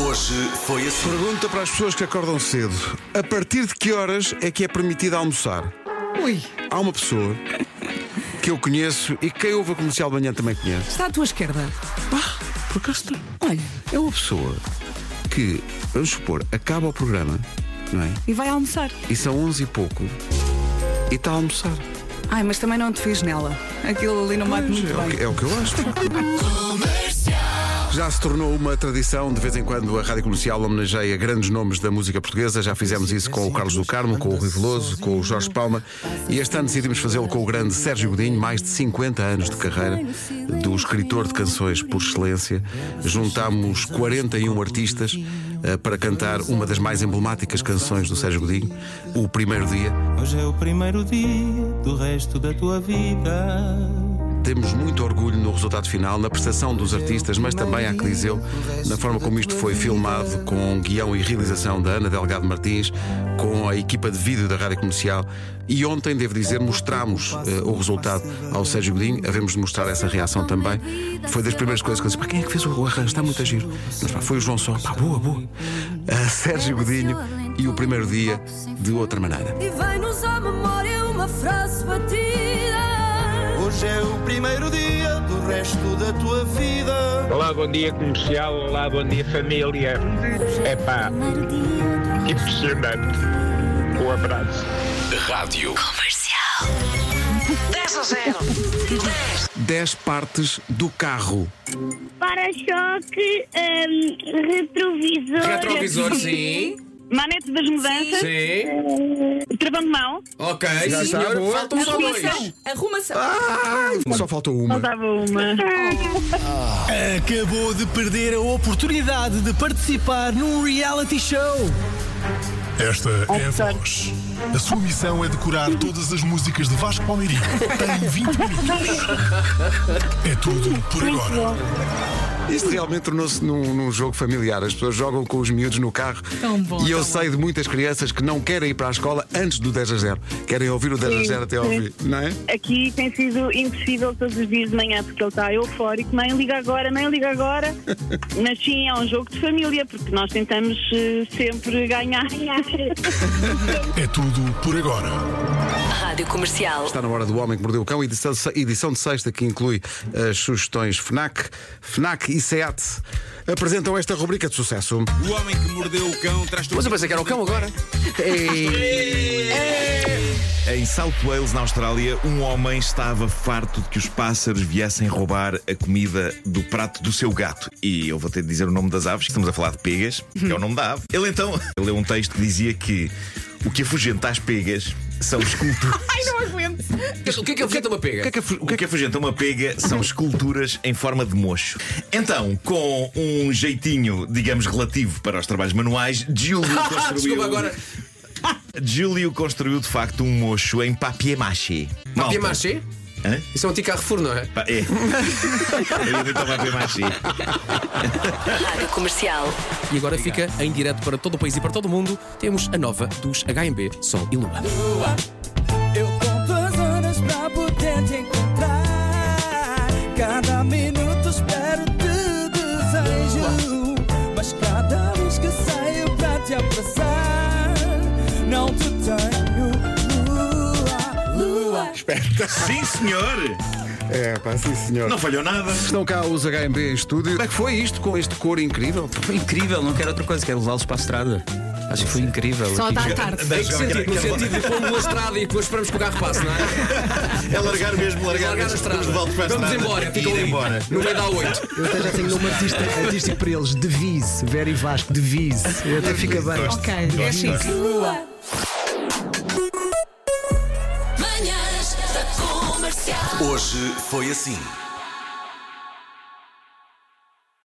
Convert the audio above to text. Hoje foi assim. Pergunta para as pessoas que acordam cedo: a partir de que horas é que é permitido almoçar? Ui, Há uma pessoa que eu conheço e quem ouve a comercial de manhã também conhece. está à tua esquerda. Pá, por acaso tem. Olha, É uma pessoa que, vamos supor, acaba o programa, não é? e vai almoçar. E são 11 e pouco e está a almoçar. Ai, mas também não te fiz nela. Aquilo ali não bate Pois, muito é, o bem. que, é o que eu acho. Já se tornou uma tradição, de vez em quando a Rádio Comercial homenageia grandes nomes da música portuguesa. Já fizemos isso com o Carlos do Carmo, com o Rui Veloso, com o Jorge Palma. E este ano decidimos fazê-lo com o grande Sérgio Godinho, mais de 50 anos de carreira, do escritor de canções por excelência. Juntámos 41 artistas eh, para cantar uma das mais emblemáticas canções do Sérgio Godinho, O Primeiro Dia. Hoje é o primeiro dia do resto da tua vida. Temos muito orgulho no resultado final, na prestação dos artistas, mas também à Coliseu, na forma como isto foi filmado, com guião e realização da Ana Delgado Martins, com a equipa de vídeo da Rádio Comercial. E ontem, devo dizer, mostramos eh, o resultado ao Sérgio Godinho. Havemos de mostrar essa reação também. Foi das primeiras coisas que eu disse: "Pá, quem é que fez o arranjo? Está muito a giro. Mas, pá, foi o João Só. Pá, boa, boa. Ah, Sérgio Godinho e o primeiro dia de outra maneira. E vem-nos à memória uma frase batida. Hoje é o primeiro dia do resto da tua vida. Olá, bom dia comercial, olá, bom dia família. É pá, Primeiro dia impressionante. Um abraço. Rádio. 10 partes do carro. Para-choque, hum, retrovisor. Retrovisor, sim. Manete das mudanças. Sim. Travão de mão. Ok, sim, tá está. senhor. Faltam só dois. Arrumação. Só faltou uma. Faltava uma. Acabou de perder a oportunidade de participar num reality show. Esta é a voz. A sua missão é decorar todas as músicas de Vasco Palmeirinho. Tem 20 minutos. É tudo por agora. Isto realmente tornou-se num, num jogo familiar. As pessoas jogam com os miúdos no carro. Tão bom, e eu tão sei de muitas crianças que não querem ir para a escola antes do 10 a 0. Querem ouvir o 10 a Sim, 0 até ao sim. fim, não é? Aqui tem sido impossível todos os dias de manhã porque ele está eufórico. Mãe, liga agora, mãe, liga agora. Mas sim, é um jogo de família porque nós tentamos eh, sempre ganhar. É tudo por agora. Rádio Comercial. Está na hora do Homem que Mordeu o Cão, edição, edição de sexta que inclui as sugestões FNAC, FNAC e SEAT. Apresentam esta rubrica de sucesso. O homem que mordeu o cão traz Mas eu pensei que era o cão agora. Em South Wales, na Austrália, um homem estava farto de que os pássaros viessem roubar a comida do prato do seu gato. E eu vou ter de dizer o nome das aves, que estamos a falar de pegas, que é o nome da ave. Ele então leu um texto que dizia que o que afugenta às pegas são esculturas. O que é que eu fiz uma O que é pega? que afu- O que afugenta uma pega são esculturas em forma de mocho. Então, com um jeitinho, digamos, relativo para os trabalhos manuais, Giulio construiu. Desculpa agora. Giulio construiu de facto um mocho em papier-mâché. Papier Malta. mâché? Hã? Isso é um ticarrefour, não é? Pá, É. Eu então papier-mâché. Rádio Comercial. E agora fica em direto para todo o país e para todo o mundo. Temos a nova dos HMB Sol e Lua. Eu conto as horas pra poder te encontrar. Cada minuto espero te desejo. Mas cada vez que saio pra te abraçar, não te tenho. Lua, lua. Sim, senhor! É, pá, sim senhor. Não falhou nada. Estão cá os HMB em estúdio. Como é que foi isto com este cor incrível? Incrível, não quero outra coisa, quero levá-los para a estrada. Acho que foi incrível. Só dá à tarde. Em que sentido? No sentido de pôr-me na estrada e depois esperamos que o carro passe, não é? É largar mesmo, largar, Largar a mesmo. estrada. De volta para a Vamos estrada embora. e Ficam ir ali. embora. No meio da 8. Eu até já tenho nome artista, artístico para eles, Devise, Very Vasco, Devise. Até fica bem. Ok, é chique. Manhãs da Comercial. Hoje foi assim.